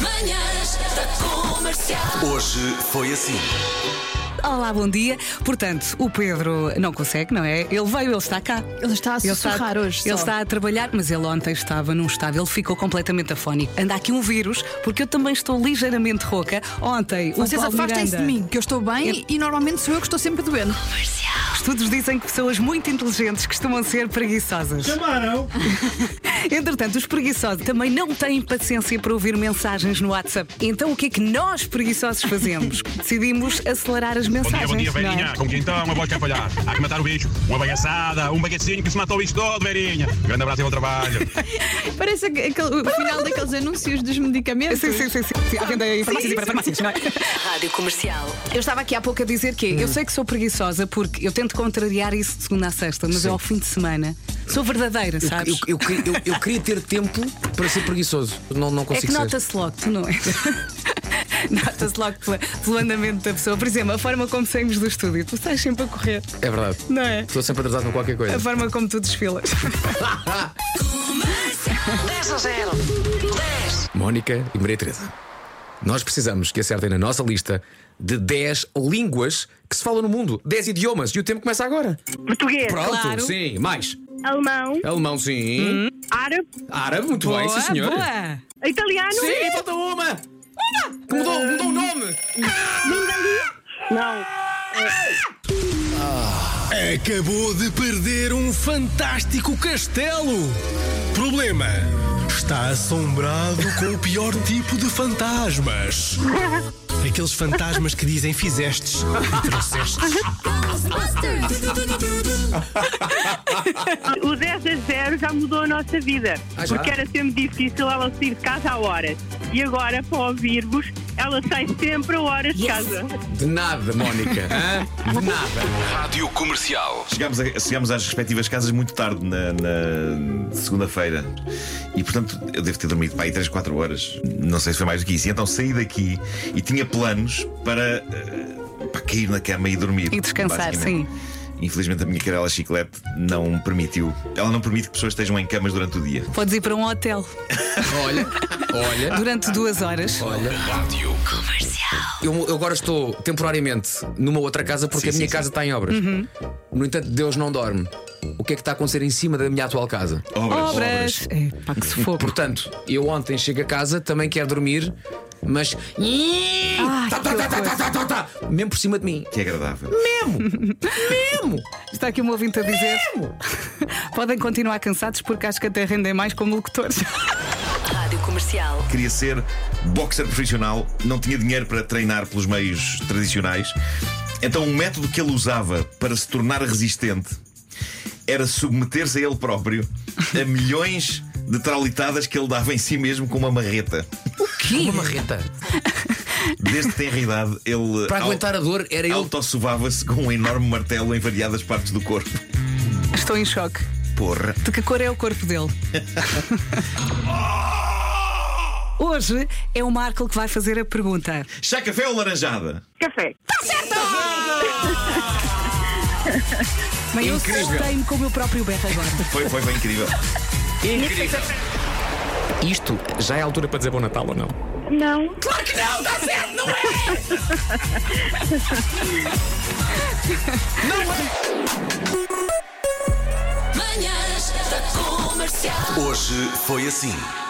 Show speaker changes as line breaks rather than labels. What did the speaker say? Manhãs da comercial.
Hoje foi assim.
Olá, bom dia. Portanto, o Pedro não consegue, não é? Ele veio, ele está cá.
Ele está a
Ele está,
sussurrar hoje.
ele
só.
está a trabalhar, mas ele ontem estava num estado, ele ficou completamente afónico. Anda aqui um vírus, porque eu também estou ligeiramente rouca. Ontem,
Vocês
o Paulo
afastem-se de
Miranda-
mim, que um eu estou bem e normalmente sou eu que estou sempre doendo.
Estudos dizem que pessoas muito inteligentes costumam ser preguiçosas.
Chamaram.
Entretanto, os preguiçosos também não têm paciência para ouvir mensagens no WhatsApp. Então, o que é que nós preguiçosos fazemos? Decidimos acelerar as
Bom dia,
mensagens.
bom dia,
não é?
velhinha. Com quem então? Uma voz que apanhar. Há que matar o bicho. Uma bagaçada, um baguetezinho que se matou o bicho todo, velhinha. Grande abraço e bom trabalho.
Parece aquele- o final daqueles anúncios dos medicamentos.
Sim, sim, sim, sim. sim. À venda em farmácias e para farmácias, não é? Hum.
Rádio comercial.
Eu estava aqui há pouco a dizer que é, eu sei que sou preguiçosa porque eu tento contrariar isso de segunda a sexta, mas eu ao fim de semana sou verdadeira,
Eu,
sabes?
eu- eu- eu- eu queria ter tempo para ser preguiçoso. Não, não
É que
consigo ser.
nota-se logo, tu não é? Nota-se logo pela- pelo andamento da pessoa. Por exemplo, a forma como saímos do estúdio. Tu estás sempre a correr,
É verdade.
não é?
Estou sempre atrasado com qualquer
A
coisa.
forma como tu desfilas.
10 a 0. 10.
Mónica e Maria Teresa. Nós precisamos que acertem na nossa lista de 10 línguas que se falam no mundo. 10 idiomas. E o tempo começa agora.
Português,
Pronto,
Claro. Hum.
sim. Mais.
alemão,
Alemão, sim.
árabe,
Árabe, muito bem, sim, senhor.
boa.
italiano,
Sim, falta uma. Uma! Que mudou, mudou o nome.
não,
Acabou de perder um fantástico castelo. Problema. Está assombrado com o pior tipo de fantasmas. Aqueles fantasmas que dizem fizestes e trouxestes.
o 10 a 0 já mudou a nossa vida.
Ah, já?
porque era sempre difícil ela sair de casa a horas. E agora, para ouvir-vos, ela sai sempre a horas de casa.
De nada, Mónica. hã? De nada.
Rádio Comercial.
Chegámos, a- chegámos às respectivas casas muito tarde na, na segunda-feira e, portanto, eu devo ter dormido para aí 3, 4 horas. Não sei se foi mais do que isso. E então saí daqui e tinha planos para, eh, para cair na cama e dormir.
E descansar,
basicamente. Infelizmente, a minha carela chiclete não me permitiu. Ela não permite que pessoas estejam em camas durante o dia.
Podes ir para um hotel
Olha, olha.
durante duas horas.
Olha. Eu, eu agora estou temporariamente numa outra casa porque a
Sim,
minha
sim,
casa
sim.
está em obras. No entanto, Deus não dorme. O que é que está a acontecer em cima da minha atual casa?
Obras.
Obras. É, pá, que sufoco.
Portanto, eu ontem chego a casa, também quero dormir, mas. Tá, tá, tá, tá, tá, tá, tá, tá. Mesmo por cima de mim.
Que agradável.
Mesmo!
Está aqui um ouvinte a dizer. Podem continuar cansados porque acho que até rendem mais como locutores.
Rádio comercial.
Queria ser boxer profissional, não tinha dinheiro para treinar pelos meios tradicionais. Então, o método que ele usava para se tornar resistente era submeter-se a ele próprio a milhões de traulitadas que ele dava em si mesmo com uma marreta.
Que? Uma marreta.
Desde que tem realidade, ele
Para
au-
aguentar a dor, era ele.
autossovava-se com um enorme martelo em variadas partes do corpo.
Estou em choque.
Porra.
De que cor é o corpo dele? Hoje é o Marco que vai fazer a pergunta.
Chá café ou laranjada?
Café.
Mas eu
Incrível.
soltei-me com o meu próprio berro agora.
Foi, foi bem incrível.
Incrível. Isto já é a altura para dizer Bom Natal ou não?
Não.
Manhãs da comercial.
Hoje foi assim.